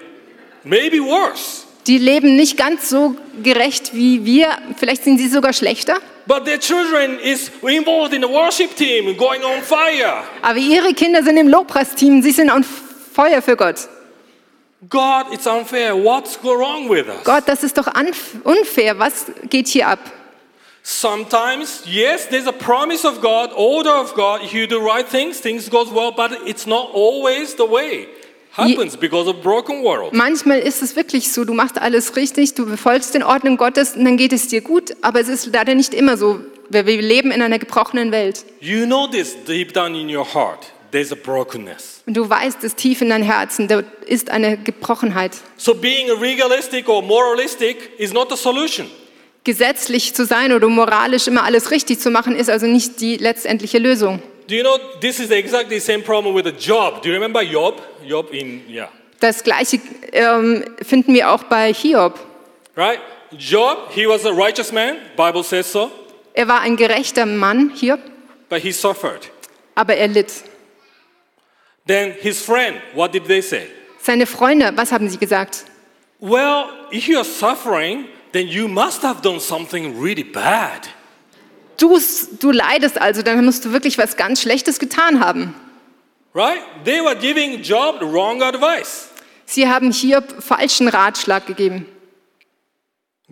[SPEAKER 2] maybe worse.
[SPEAKER 3] die leben nicht ganz so gerecht wie wir, vielleicht sind sie sogar schlechter,
[SPEAKER 2] But their children is involved in the worship team, going on fire.
[SPEAKER 3] aber ihre Kinder sind im Lobpreisteam, sie sind on Feuer für Gott.
[SPEAKER 2] God, it's unfair. What's go wrong with us?
[SPEAKER 3] Gott, das ist doch anf- unfair, was geht hier ab?
[SPEAKER 2] Sometimes, yes, there's a promise of God, order of God. If you do right things, things goes well. But it's not always the way. Happens because of broken world.
[SPEAKER 3] Manchmal ist es wirklich so, du machst alles richtig, du befolgst den Ordnung Gottes und dann geht es dir gut, aber es ist leider nicht immer so. Wir, wir leben in einer gebrochenen Welt
[SPEAKER 2] You know this deep down in your heart. There's a brokenness.
[SPEAKER 3] und du weißt es tief in deinem Herzen, da ist eine Gebrochenheit.
[SPEAKER 2] So being legalistic or moralistic is not the solution.
[SPEAKER 3] Gesetzlich zu sein oder moralisch immer alles richtig zu machen, ist also nicht die letztendliche Lösung.
[SPEAKER 2] Do you know this is exactly the same problem with a job? Do you remember Job? Job in yeah,
[SPEAKER 3] Das Gleiche ähm, finden wir auch bei Hiob.
[SPEAKER 2] right? Job, he was a righteous man. Bible says so,
[SPEAKER 3] Er war ein gerechter Mann, Hiob,
[SPEAKER 2] but he suffered.
[SPEAKER 3] aber er litt.
[SPEAKER 2] Then his friend, what did they say?
[SPEAKER 3] Seine Freunde, was haben sie gesagt?
[SPEAKER 2] Well, if you are suffering, then you must have done something really bad.
[SPEAKER 3] Du, du leidest also, dann musst du wirklich was ganz Schlechtes getan haben.
[SPEAKER 2] Right? They were giving Job the wrong advice.
[SPEAKER 3] Sie haben Hiob falschen Ratschlag gegeben.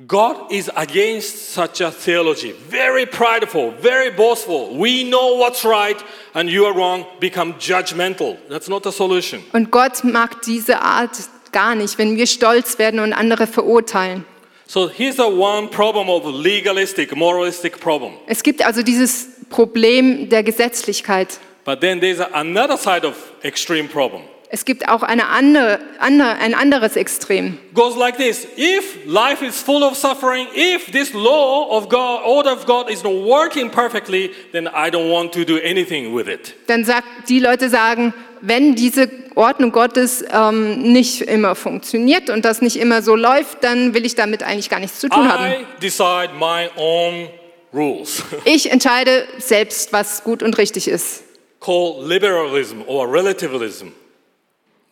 [SPEAKER 2] God is against such a theology. Very prideful, very boastful. We know what's right and you are wrong. Become judgmental. That's not a solution.
[SPEAKER 3] Und Gott mag diese Art gar nicht, wenn wir stolz werden und andere verurteilen.
[SPEAKER 2] So here's the one problem of legalistic, moralistic problem.
[SPEAKER 3] Es gibt also dieses Problem der Gesetzlichkeit.
[SPEAKER 2] But then there's another side of extreme problem.
[SPEAKER 3] Es gibt auch eine andere, andere, ein anderes Extrem.
[SPEAKER 2] Goes like this: If life is full of suffering, if this law of God, order of God, is not working perfectly, then I don't want to do anything with it.
[SPEAKER 3] Dann sagt, die Leute sagen, wenn diese Ordnung Gottes ähm, nicht immer funktioniert und das nicht immer so läuft, dann will ich damit eigentlich gar nichts zu tun haben.
[SPEAKER 2] I decide my own rules. (laughs)
[SPEAKER 3] Ich entscheide selbst, was gut und richtig ist.
[SPEAKER 2] called liberalism or relativism.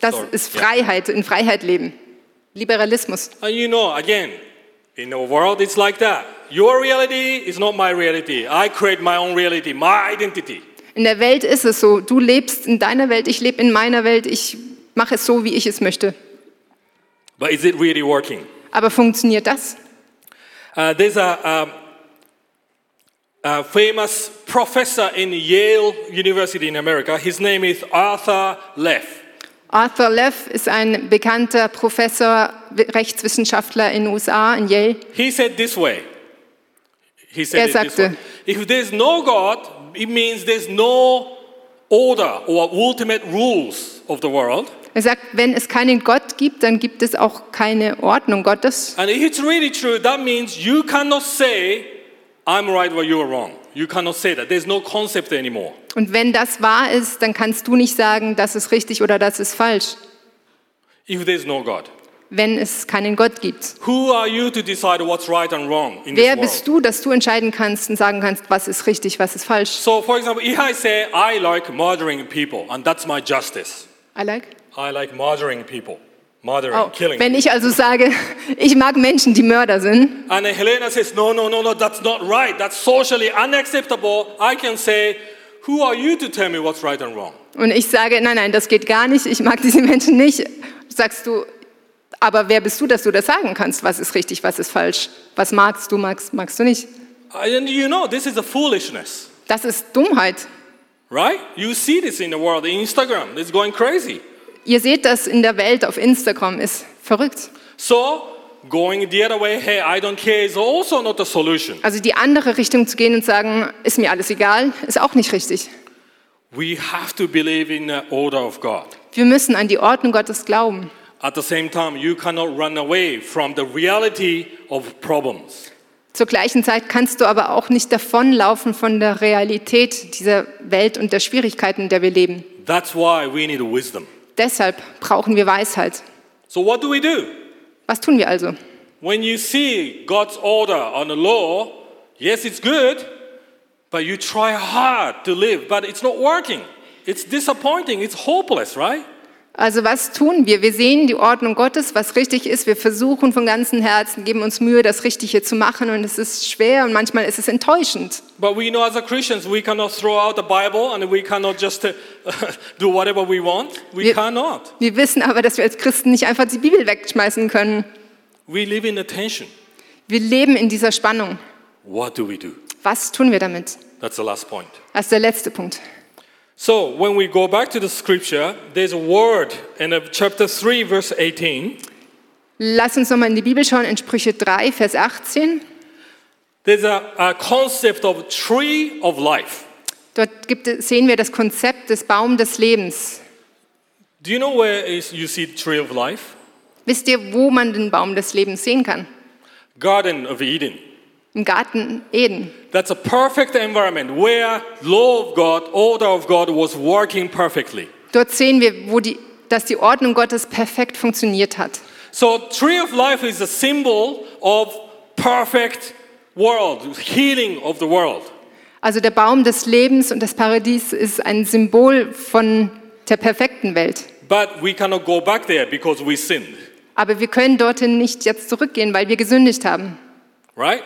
[SPEAKER 3] Das
[SPEAKER 2] Sorry.
[SPEAKER 3] ist Freiheit, in Freiheit leben. Liberalismus.
[SPEAKER 2] And you know, again, in the world it's like that. Your reality is not my reality. I create my own reality, my identity.
[SPEAKER 3] In der Welt ist es so, du lebst in deiner Welt, ich lebe in meiner Welt, ich mache es so, wie ich es möchte.
[SPEAKER 2] But is it really working?
[SPEAKER 3] Aber funktioniert das?
[SPEAKER 2] Uh, there's a, um, a famous professor in Yale University in America. His name is Arthur Leff.
[SPEAKER 3] Arthur Leff ist ein bekannter Professor, Rechtswissenschaftler in den USA, in Yale.
[SPEAKER 2] He said this way. He
[SPEAKER 3] Er
[SPEAKER 2] said it this
[SPEAKER 3] sagte-
[SPEAKER 2] way. If there's no God, it means there's no order or ultimate rules of the world.
[SPEAKER 3] Er sagt, wenn es keinen Gott gibt, dann gibt es auch keine Ordnung Gottes.
[SPEAKER 2] And if it's really true, that means you cannot say, I'm right or you're wrong. You cannot say that. There's no concept anymore.
[SPEAKER 3] Und wenn das wahr ist, dann kannst du nicht sagen, das ist richtig oder das ist falsch,
[SPEAKER 2] If there's no God,
[SPEAKER 3] wenn es keinen Gott gibt.
[SPEAKER 2] who are you to decide what's right and wrong in
[SPEAKER 3] Wer
[SPEAKER 2] this
[SPEAKER 3] bist
[SPEAKER 2] world?
[SPEAKER 3] du, dass du entscheiden kannst und sagen kannst, was ist richtig, was ist falsch?
[SPEAKER 2] So, for example, if I say, I like murdering people, and that's my justice.
[SPEAKER 3] I like.
[SPEAKER 2] I like murdering people, murdering,
[SPEAKER 3] Oh,
[SPEAKER 2] killing.
[SPEAKER 3] wenn ich also sage, (laughs) ich mag Menschen, die Mörder sind,
[SPEAKER 2] And then Helena says, No, no, no, no, that's not right. That's socially unacceptable. I can say, Who are you to tell me what's right and wrong?
[SPEAKER 3] und ich sage, nein, nein, das geht gar nicht, ich mag diese Menschen nicht, sagst du, aber wer bist du, dass du das sagen kannst, was ist richtig, was ist falsch? Was magst du, magst, magst du nicht?
[SPEAKER 2] Uh, And you know, this is a foolishness,
[SPEAKER 3] Das ist Dummheit.
[SPEAKER 2] right? You see this in the world, Instagram is going crazy.
[SPEAKER 3] Ihr seht das in der Welt auf Instagram, ist verrückt.
[SPEAKER 2] So, going the other way, hey, I don't care, is also not a solution.
[SPEAKER 3] Also die andere Richtung zu gehen und sagen, ist mir alles egal, ist auch nicht richtig.
[SPEAKER 2] We have to believe in the order of God.
[SPEAKER 3] Wir müssen an die Ordnung Gottes glauben.
[SPEAKER 2] At the same time, you cannot run away from the reality of problems.
[SPEAKER 3] Zur gleichen Zeit kannst du aber auch nicht davonlaufen von der Realität dieser Welt und der Schwierigkeiten, in der wir leben.
[SPEAKER 2] That's why we need wisdom.
[SPEAKER 3] Deshalb brauchen wir Weisheit.
[SPEAKER 2] So, what do we do?
[SPEAKER 3] Was tun wir also?
[SPEAKER 2] When you see God's order on the law, yes, it's good, but you try hard to live, but it's not working. It's disappointing, it's hopeless, right?
[SPEAKER 3] Also was tun wir? Wir sehen die Ordnung Gottes, was richtig ist. Wir versuchen von ganzem Herzen, geben uns Mühe, das Richtige zu machen und es ist schwer und manchmal ist es enttäuschend.
[SPEAKER 2] But we know as a Christians, we cannot throw out the Bible and we cannot just uh, (laughs) do whatever we want. We
[SPEAKER 3] Yeah.
[SPEAKER 2] cannot.
[SPEAKER 3] Wir wissen aber, dass wir als Christen nicht einfach die Bibel wegschmeißen können.
[SPEAKER 2] We live in a tension.
[SPEAKER 3] Wir leben in dieser Spannung.
[SPEAKER 2] What do we do?
[SPEAKER 3] Was tun wir damit?
[SPEAKER 2] That's the last point.
[SPEAKER 3] Das ist der letzte Punkt.
[SPEAKER 2] So, when we go back to the scripture, there's a word in uh, chapter 3, verse 18.
[SPEAKER 3] Lass uns nochmal in die Bibel schauen, in Sprüche 3, Vers 18.
[SPEAKER 2] There's a, a concept of tree of life.
[SPEAKER 3] Dort gibt, es- sehen wir das Konzept des Baum des Lebens.
[SPEAKER 2] Do you know where is you see the tree of life?
[SPEAKER 3] Wisst ihr, wo man den Baum des Lebens sehen kann?
[SPEAKER 2] Garden of Eden.
[SPEAKER 3] Im Garten Eden.
[SPEAKER 2] That's a perfect environment where law of God, order of God was working perfectly.
[SPEAKER 3] Dort sehen wir, wo die, dass die Ordnung Gottes perfekt funktioniert hat.
[SPEAKER 2] So tree of life is a symbol of perfect world, healing of the world.
[SPEAKER 3] Also der Baum des Lebens und das Paradies ist ein Symbol von der perfekten Welt.
[SPEAKER 2] But we cannot go back there because we sinned,
[SPEAKER 3] Aber wir können dorthin nicht jetzt zurückgehen, weil wir gesündigt haben.
[SPEAKER 2] right?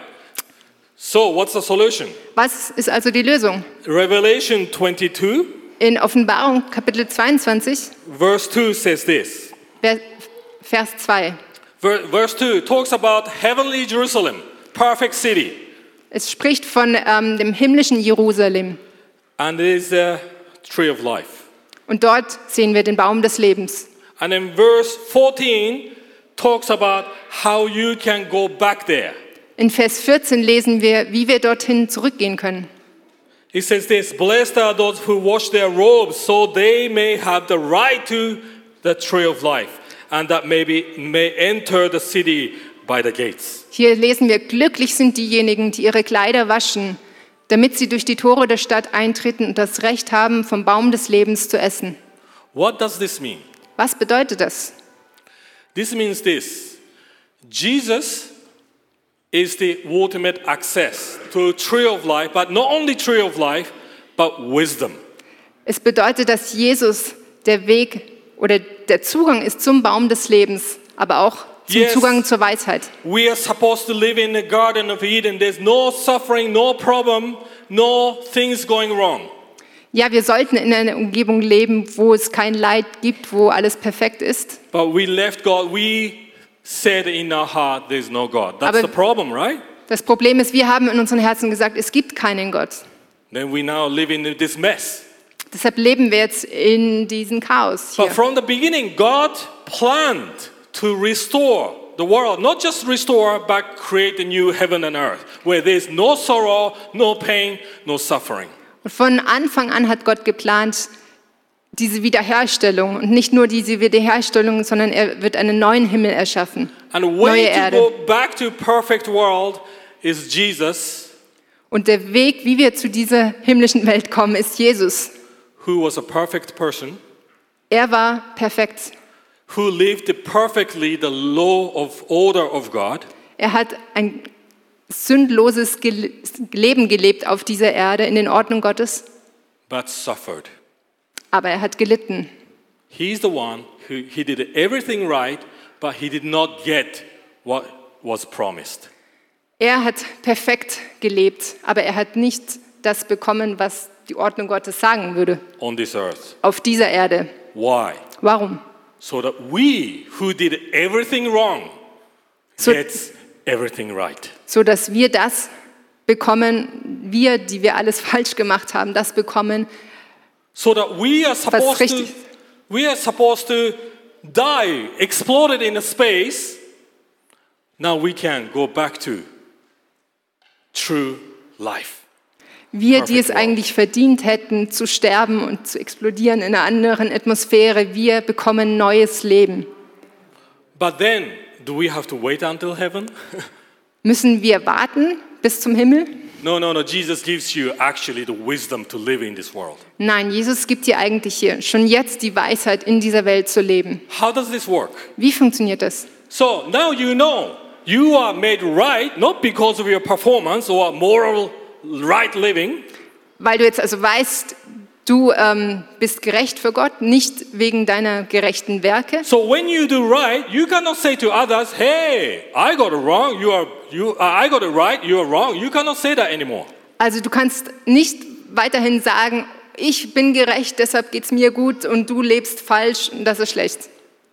[SPEAKER 2] So what's the solution?
[SPEAKER 3] Was ist also die Lösung?
[SPEAKER 2] Revelation 22
[SPEAKER 3] In Offenbarung Kapitel 22,
[SPEAKER 2] verse 2 says this.
[SPEAKER 3] Ver- Vers 2.
[SPEAKER 2] Ver- Verse 2 talks about heavenly Jerusalem, perfect city.
[SPEAKER 3] Es spricht von ähm, dem himmlischen Jerusalem.
[SPEAKER 2] And it is a tree of life.
[SPEAKER 3] Und dort sehen wir den Baum des Lebens.
[SPEAKER 2] And in verse 14 talks about how you can go back there.
[SPEAKER 3] In Vers 14 lesen wir, wie wir dorthin zurückgehen können.
[SPEAKER 2] He says this, blessed are those who wash their robes so they may have the right to the tree of life and that maybe may enter the city by the gates.
[SPEAKER 3] Hier lesen wir, glücklich sind diejenigen, die ihre Kleider waschen, damit sie durch die Tore der Stadt eintreten und das Recht haben, vom Baum des Lebens zu essen.
[SPEAKER 2] What does this mean?
[SPEAKER 3] Was bedeutet das?
[SPEAKER 2] This means this. Jesus is the ultimate access to tree of life, but not only tree of life, but wisdom.
[SPEAKER 3] Es bedeutet, dass Jesus der Weg oder der Zugang ist zum Baum des Lebens, aber auch zum
[SPEAKER 2] Yes.
[SPEAKER 3] Zugang zur Weisheit.
[SPEAKER 2] We are supposed to live in the Garden of Eden. There's no suffering, no problem, no things going wrong.
[SPEAKER 3] Ja, wir sollten in einer Umgebung leben, wo es kein Leid gibt, wo alles perfekt ist.
[SPEAKER 2] But we left God. We said in our heart, there's no God. That's
[SPEAKER 3] Aber-
[SPEAKER 2] the problem, right?
[SPEAKER 3] Das Problem ist, wir haben in unseren Herzen gesagt, es gibt keinen Gott.
[SPEAKER 2] Then we now live in this mess.
[SPEAKER 3] Deshalb leben wir jetzt in diesem Chaos
[SPEAKER 2] But
[SPEAKER 3] hier.
[SPEAKER 2] from the beginning, God planned to restore the world, not just restore, but create a new heaven and earth where there's no sorrow, no pain, no suffering.
[SPEAKER 3] Und von Anfang an hat Gott geplant, diese Wiederherstellung und nicht nur diese Wiederherstellung, sondern er wird einen neuen Himmel erschaffen.
[SPEAKER 2] And the
[SPEAKER 3] Neue
[SPEAKER 2] way to
[SPEAKER 3] Erde.
[SPEAKER 2] go back to perfect world is Jesus,
[SPEAKER 3] Und der Weg, wie wir zu dieser himmlischen Welt kommen, ist Jesus.
[SPEAKER 2] who was a perfect person,
[SPEAKER 3] Er war perfekt.
[SPEAKER 2] who lived perfectly the law of order of God,
[SPEAKER 3] Er hat ein sündloses Ge- Leben gelebt auf dieser Erde in den Ordnung Gottes,
[SPEAKER 2] but suffered.
[SPEAKER 3] aber er hat gelitten.
[SPEAKER 2] He's the one who he did everything right, but he did not get what was promised.
[SPEAKER 3] Er hat perfekt gelebt, aber er hat nicht das bekommen, was die Ordnung Gottes sagen würde
[SPEAKER 2] on this earth.
[SPEAKER 3] auf dieser Erde.
[SPEAKER 2] Why?
[SPEAKER 3] Warum?
[SPEAKER 2] So that we who did everything wrong
[SPEAKER 3] So-
[SPEAKER 2] gets everything right.
[SPEAKER 3] so dass wir das bekommen, wir, die wir alles (laughs) falsch gemacht haben, das bekommen,
[SPEAKER 2] So that we are supposed to
[SPEAKER 3] richtig.
[SPEAKER 2] we are supposed to die exploded in space. Now we can go back to true life.
[SPEAKER 3] wir, die
[SPEAKER 2] Perfect
[SPEAKER 3] es
[SPEAKER 2] world.
[SPEAKER 3] eigentlich verdient hätten, zu sterben und zu explodieren in einer anderen Atmosphäre, wir bekommen neues Leben.
[SPEAKER 2] But then do we have to wait until heaven?
[SPEAKER 3] Müssen wir warten bis zum Himmel?
[SPEAKER 2] no, no, no. Jesus gives you actually the wisdom to live in this world.
[SPEAKER 3] Nein, Jesus gibt dir eigentlich hier schon jetzt die Weisheit, in dieser Welt zu leben.
[SPEAKER 2] How does this work?
[SPEAKER 3] Wie funktioniert das?
[SPEAKER 2] So now you know you are made right not because of your performance or moral right living,
[SPEAKER 3] Weil du jetzt also weißt, du ähm, bist gerecht für Gott, nicht wegen deiner gerechten Werke,
[SPEAKER 2] So when you do right, you cannot say to others, "Hey, I got it wrong. You are you. Uh, I got it right. You are wrong." You cannot say that anymore.
[SPEAKER 3] Also du kannst nicht weiterhin sagen, ich bin gerecht, deshalb geht's mir gut und du lebst falsch und das ist schlecht.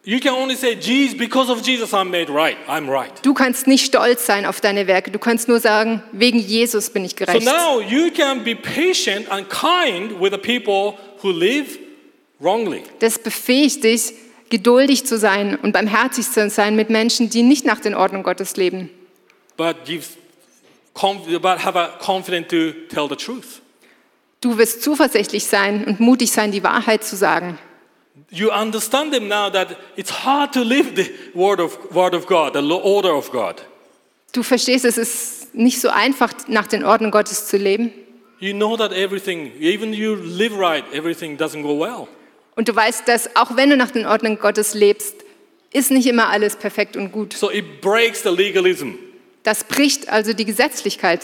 [SPEAKER 2] You can only say, "Jesus, because of Jesus, I'm made right. I'm right."
[SPEAKER 3] Du kannst nicht stolz sein auf deine Werke. Du kannst nur sagen, wegen Jesus bin ich
[SPEAKER 2] So
[SPEAKER 3] gerecht.
[SPEAKER 2] now you can be patient and kind with the people who live wrongly.
[SPEAKER 3] Das befähigt dich, geduldig zu sein und barmherzig zu sein mit Menschen, die nicht nach den Ordnung Gottes leben.
[SPEAKER 2] But gives, conf- but have a confidence to tell the truth.
[SPEAKER 3] Du wirst zuversichtlich sein und mutig sein, die Wahrheit zu sagen.
[SPEAKER 2] You understand them now that it's hard to live the word of word of God, the law- order of God.
[SPEAKER 3] Du verstehst, es ist nicht so einfach, nach den Ordnung Gottes zu leben.
[SPEAKER 2] You know that everything, even you live right, everything doesn't go well.
[SPEAKER 3] Und du weißt, dass auch wenn du nach den Ordnungen Gottes lebst, ist nicht immer alles perfekt und gut.
[SPEAKER 2] So it breaks the legalism.
[SPEAKER 3] Das bricht also die Gesetzlichkeit.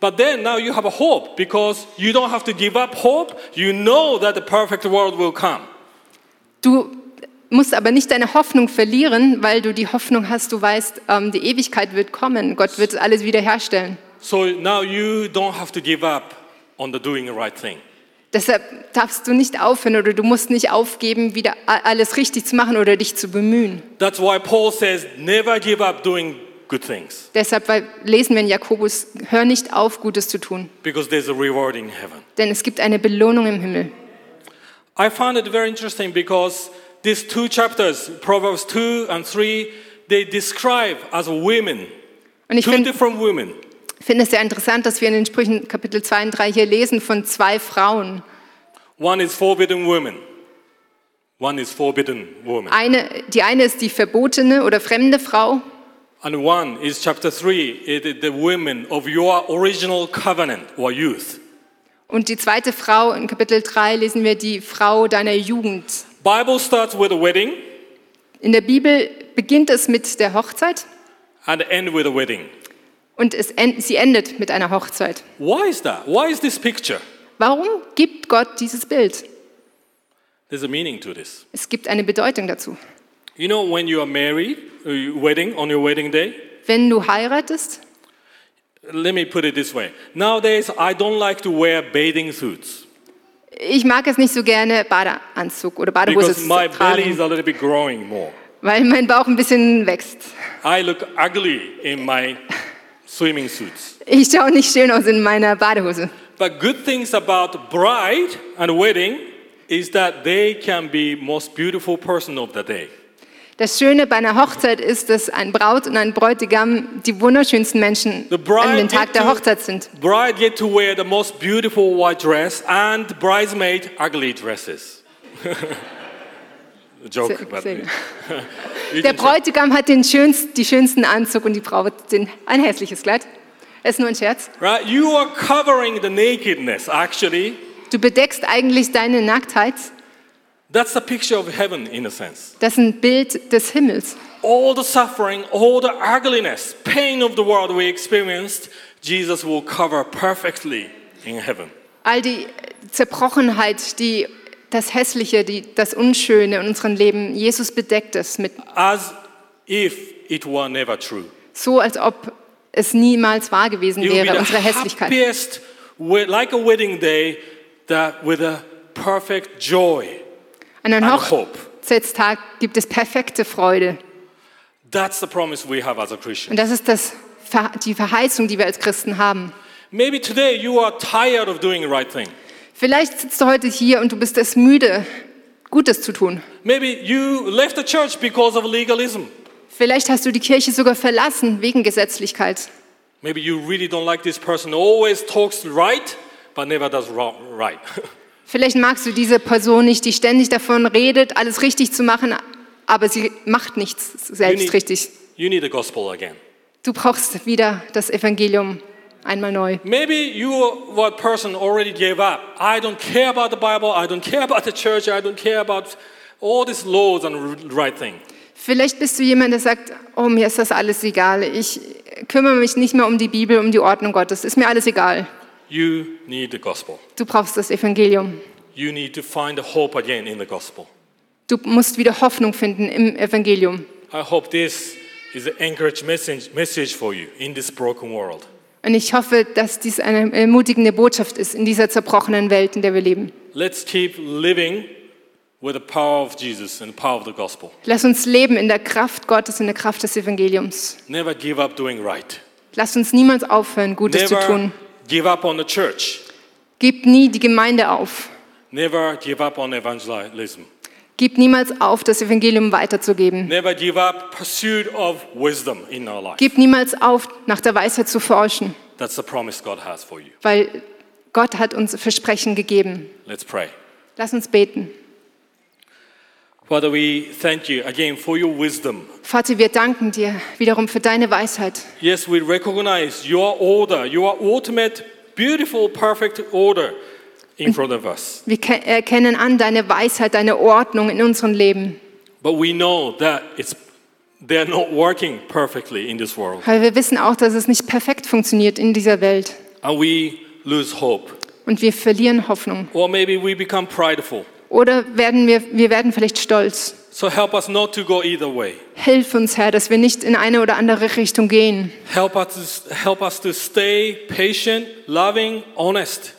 [SPEAKER 2] But then now you have a hope because you don't have to give up hope. You know that the perfect world will come.
[SPEAKER 3] Du musst aber nicht deine Hoffnung verlieren, weil du die Hoffnung hast, du weißt, ähm, die Ewigkeit wird kommen, Gott wird alles wiederherstellen.
[SPEAKER 2] So now you don't have to give up on the doing the right thing.
[SPEAKER 3] Deshalb darfst du nicht aufhören oder du musst nicht aufgeben, wieder a- alles richtig zu machen oder dich zu bemühen.
[SPEAKER 2] That's why Paul says, never give up doing good things
[SPEAKER 3] Deshalb weil, lesen wir in Jakobus, hör nicht auf, Gutes zu tun,
[SPEAKER 2] because there's a reward in heaven.
[SPEAKER 3] denn es gibt eine Belohnung im Himmel.
[SPEAKER 2] I found it very interesting because these two chapters, Proverbs 2 and 3, they describe as women,
[SPEAKER 3] Und ich
[SPEAKER 2] two
[SPEAKER 3] finde
[SPEAKER 2] different women.
[SPEAKER 3] find es sehr interessant, dass wir in den Sprüchen Kapitel 2 und 3 hier lesen von zwei Frauen.
[SPEAKER 2] One is forbidden woman. One is forbidden woman.
[SPEAKER 3] Eine, die eine ist die verbotene oder fremde Frau
[SPEAKER 2] And one is chapter 3, it, the women of your original covenant or youth.
[SPEAKER 3] Und die zweite Frau in Kapitel 3 lesen wir die Frau deiner Jugend.
[SPEAKER 2] Bible starts with a wedding
[SPEAKER 3] In der Bibel beginnt es mit der Hochzeit
[SPEAKER 2] and end with a wedding.
[SPEAKER 3] und es end, sie endet mit einer Hochzeit.
[SPEAKER 2] Why is that? Why is this picture?
[SPEAKER 3] Warum gibt Gott dieses Bild?
[SPEAKER 2] There's a meaning to this.
[SPEAKER 3] Es gibt eine Bedeutung dazu.
[SPEAKER 2] You know when you are married, uh, you- wedding on your wedding day?
[SPEAKER 3] Wenn du heiratest,
[SPEAKER 2] Let me put it this way. Nowadays I don't like to wear bathing suits
[SPEAKER 3] ich mag es nicht so gerne, Badeanzug oder Badehose
[SPEAKER 2] because
[SPEAKER 3] zu
[SPEAKER 2] my belly is
[SPEAKER 3] tragen,
[SPEAKER 2] a little bit growing more.
[SPEAKER 3] weil mein Bauch ein bisschen wächst.
[SPEAKER 2] I look ugly in my swimming suits.
[SPEAKER 3] Ich schaue nicht schön aus in meiner Badehose.
[SPEAKER 2] But good things about bride and wedding is that they can be most beautiful person of the day.
[SPEAKER 3] Das Schöne bei einer Hochzeit ist, dass ein Braut und ein Bräutigam die wunderschönsten Menschen
[SPEAKER 2] The bride
[SPEAKER 3] an den Tag
[SPEAKER 2] get
[SPEAKER 3] der
[SPEAKER 2] to-
[SPEAKER 3] Hochzeit sind.
[SPEAKER 2] Bride get to wear the most beautiful white dress and bridesmaid ugly dresses. (laughs) Joke,
[SPEAKER 3] Sing-
[SPEAKER 2] but
[SPEAKER 3] sing.
[SPEAKER 2] you
[SPEAKER 3] Der
[SPEAKER 2] can check.
[SPEAKER 3] Bräutigam hat den schönst, die schönsten Anzug und die Braut den, ein hässliches Kleid. Ist nur ein Scherz.
[SPEAKER 2] Right? You are covering the nakedness, actually.
[SPEAKER 3] Du bedeckst eigentlich deine Nacktheit.
[SPEAKER 2] That's the picture of heaven, in a sense.
[SPEAKER 3] Das ist ein Bild des Himmels.
[SPEAKER 2] All the suffering, all the ugliness, pain of the world we experienced, Jesus will cover perfectly in heaven.
[SPEAKER 3] All die Zerbrochenheit, die, das Hässliche, die, das Unschöne in unserem Leben, Jesus bedeckt es mit
[SPEAKER 2] As if it were never true.
[SPEAKER 3] so, als ob es niemals wahr gewesen
[SPEAKER 2] It will be
[SPEAKER 3] wäre,
[SPEAKER 2] the
[SPEAKER 3] unsere Hässlichkeit.
[SPEAKER 2] happiest, we- like a wedding day, that with a perfect joy
[SPEAKER 3] An einem
[SPEAKER 2] and hope.
[SPEAKER 3] Hochzeitstag gibt es perfekte Freude.
[SPEAKER 2] That's the promise we have as a Christian.
[SPEAKER 3] Und das ist das, Ver- die Verheißung, die wir als Christen haben.
[SPEAKER 2] Maybe today you are tired of doing the right thing.
[SPEAKER 3] Vielleicht sitzt du heute hier und du bist es müde, Gutes zu tun.
[SPEAKER 2] Maybe you left the church because of legalism.
[SPEAKER 3] Vielleicht hast du die Kirche sogar verlassen wegen Gesetzlichkeit.
[SPEAKER 2] Maybe you really don't like this person, always talks right, but never does wrong, right. (laughs)
[SPEAKER 3] Vielleicht magst du diese Person nicht, die ständig davon redet, alles richtig zu machen, aber sie macht nichts
[SPEAKER 2] you,
[SPEAKER 3] selbst richtig.
[SPEAKER 2] you need the gospel again.
[SPEAKER 3] Du brauchst wieder das Evangelium einmal neu.
[SPEAKER 2] Maybe you were a person already gave up. I don't care about the Bible, I don't care about the church, I don't care about all these laws and r- right thing.
[SPEAKER 3] Vielleicht bist du jemand, der sagt, oh, mir ist das alles egal. Ich kümmere mich nicht mehr um die Bibel, um die Ordnung Gottes. Ist mir alles egal.
[SPEAKER 2] You need the gospel.
[SPEAKER 3] Du brauchst das Evangelium.
[SPEAKER 2] You need to find the hope again in the gospel.
[SPEAKER 3] Du musst wieder Hoffnung finden im Evangelium.
[SPEAKER 2] I hope this is an encouraged message, message for you in this broken world.
[SPEAKER 3] Und ich hoffe, dass dies eine ermutigende Botschaft ist in dieser zerbrochenen Welt, in der wir leben.
[SPEAKER 2] Let's keep living with the power of Jesus and the power of the gospel.
[SPEAKER 3] Lass uns leben in der Kraft Gottes, in der Kraft des Evangeliums.
[SPEAKER 2] Never give up doing right.
[SPEAKER 3] Lass uns niemals aufhören, Gutes zu
[SPEAKER 2] Never
[SPEAKER 3] tun.
[SPEAKER 2] give up on the church.
[SPEAKER 3] Gib nie die Gemeinde auf.
[SPEAKER 2] Never give up on evangelism.
[SPEAKER 3] Gib niemals auf, das Evangelium weiterzugeben.
[SPEAKER 2] Never give up pursuit of wisdom in our life.
[SPEAKER 3] Gib niemals auf, nach der Weisheit zu forschen,
[SPEAKER 2] That's the promise God has for you.
[SPEAKER 3] weil Gott hat uns Versprechen gegeben.
[SPEAKER 2] Let's pray.
[SPEAKER 3] Lass uns beten.
[SPEAKER 2] Father, we thank you again for your wisdom.
[SPEAKER 3] Vater, wir danken dir wiederum für deine Weisheit.
[SPEAKER 2] Yes, we recognize your order, your ultimate, beautiful, perfect order in front of us.
[SPEAKER 3] Wir ke- erkennen an deine Weisheit, deine Ordnung in unserem Leben.
[SPEAKER 2] But we know that it's, they're not working perfectly in this world.
[SPEAKER 3] Weil wir wissen auch, dass es nicht perfekt funktioniert in dieser Welt.
[SPEAKER 2] And we lose hope.
[SPEAKER 3] Und wir verlieren Hoffnung.
[SPEAKER 2] Or maybe we become prideful.
[SPEAKER 3] Oder werden wir, wir werden vielleicht stolz.
[SPEAKER 2] So help us not to go either way.
[SPEAKER 3] Hilf uns, Herr, dass wir nicht in eine oder andere Richtung gehen.
[SPEAKER 2] Help us, to, help us to stay patient, loving, honest.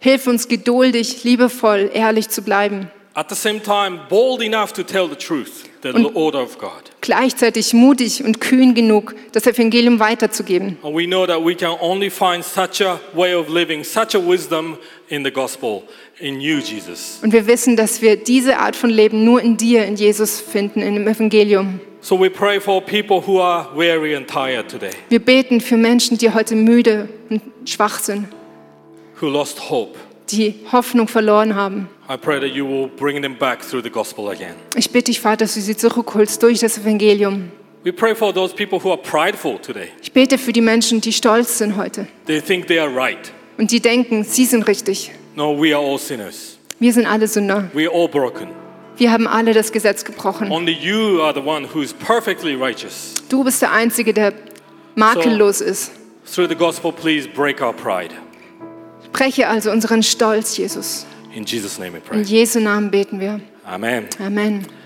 [SPEAKER 3] Hilf uns geduldig, liebevoll, ehrlich zu bleiben.
[SPEAKER 2] At the same time, bold enough to tell the truth, the order of God.
[SPEAKER 3] Gleichzeitig mutig und kühn genug, das Evangelium weiterzugeben.
[SPEAKER 2] And we know that we can only find such a way of living, such a wisdom in the gospel, in you, Jesus.
[SPEAKER 3] Und wir wissen, dass wir diese Art von Leben nur in dir, in Jesus finden, in dem Evangelium.
[SPEAKER 2] So we pray for people who are weary and tired today,
[SPEAKER 3] Wir beten für Menschen, die heute müde und schwach sind,
[SPEAKER 2] who lost hope.
[SPEAKER 3] die Hoffnung verloren haben.
[SPEAKER 2] I pray that you will bring them back through the gospel again.
[SPEAKER 3] Ich bitte dich, Vater, dass du sie zurückholst durch das Evangelium.
[SPEAKER 2] We pray for those people who are prideful today.
[SPEAKER 3] Ich bete für die Menschen, die stolz sind heute
[SPEAKER 2] They think they are right.
[SPEAKER 3] und die denken, sie sind richtig.
[SPEAKER 2] No, we are all sinners.
[SPEAKER 3] Wir sind alle Sünder.
[SPEAKER 2] We are all broken.
[SPEAKER 3] Wir haben alle das Gesetz gebrochen.
[SPEAKER 2] Only you are the one who is perfectly righteous.
[SPEAKER 3] Du bist der Einzige, der makellos ist.
[SPEAKER 2] Through the gospel, please break our pride.
[SPEAKER 3] Breche also unseren Stolz, Jesus.
[SPEAKER 2] In Jesus' name we pray.
[SPEAKER 3] In Jesu Namen beten wir.
[SPEAKER 2] Amen.
[SPEAKER 3] Amen.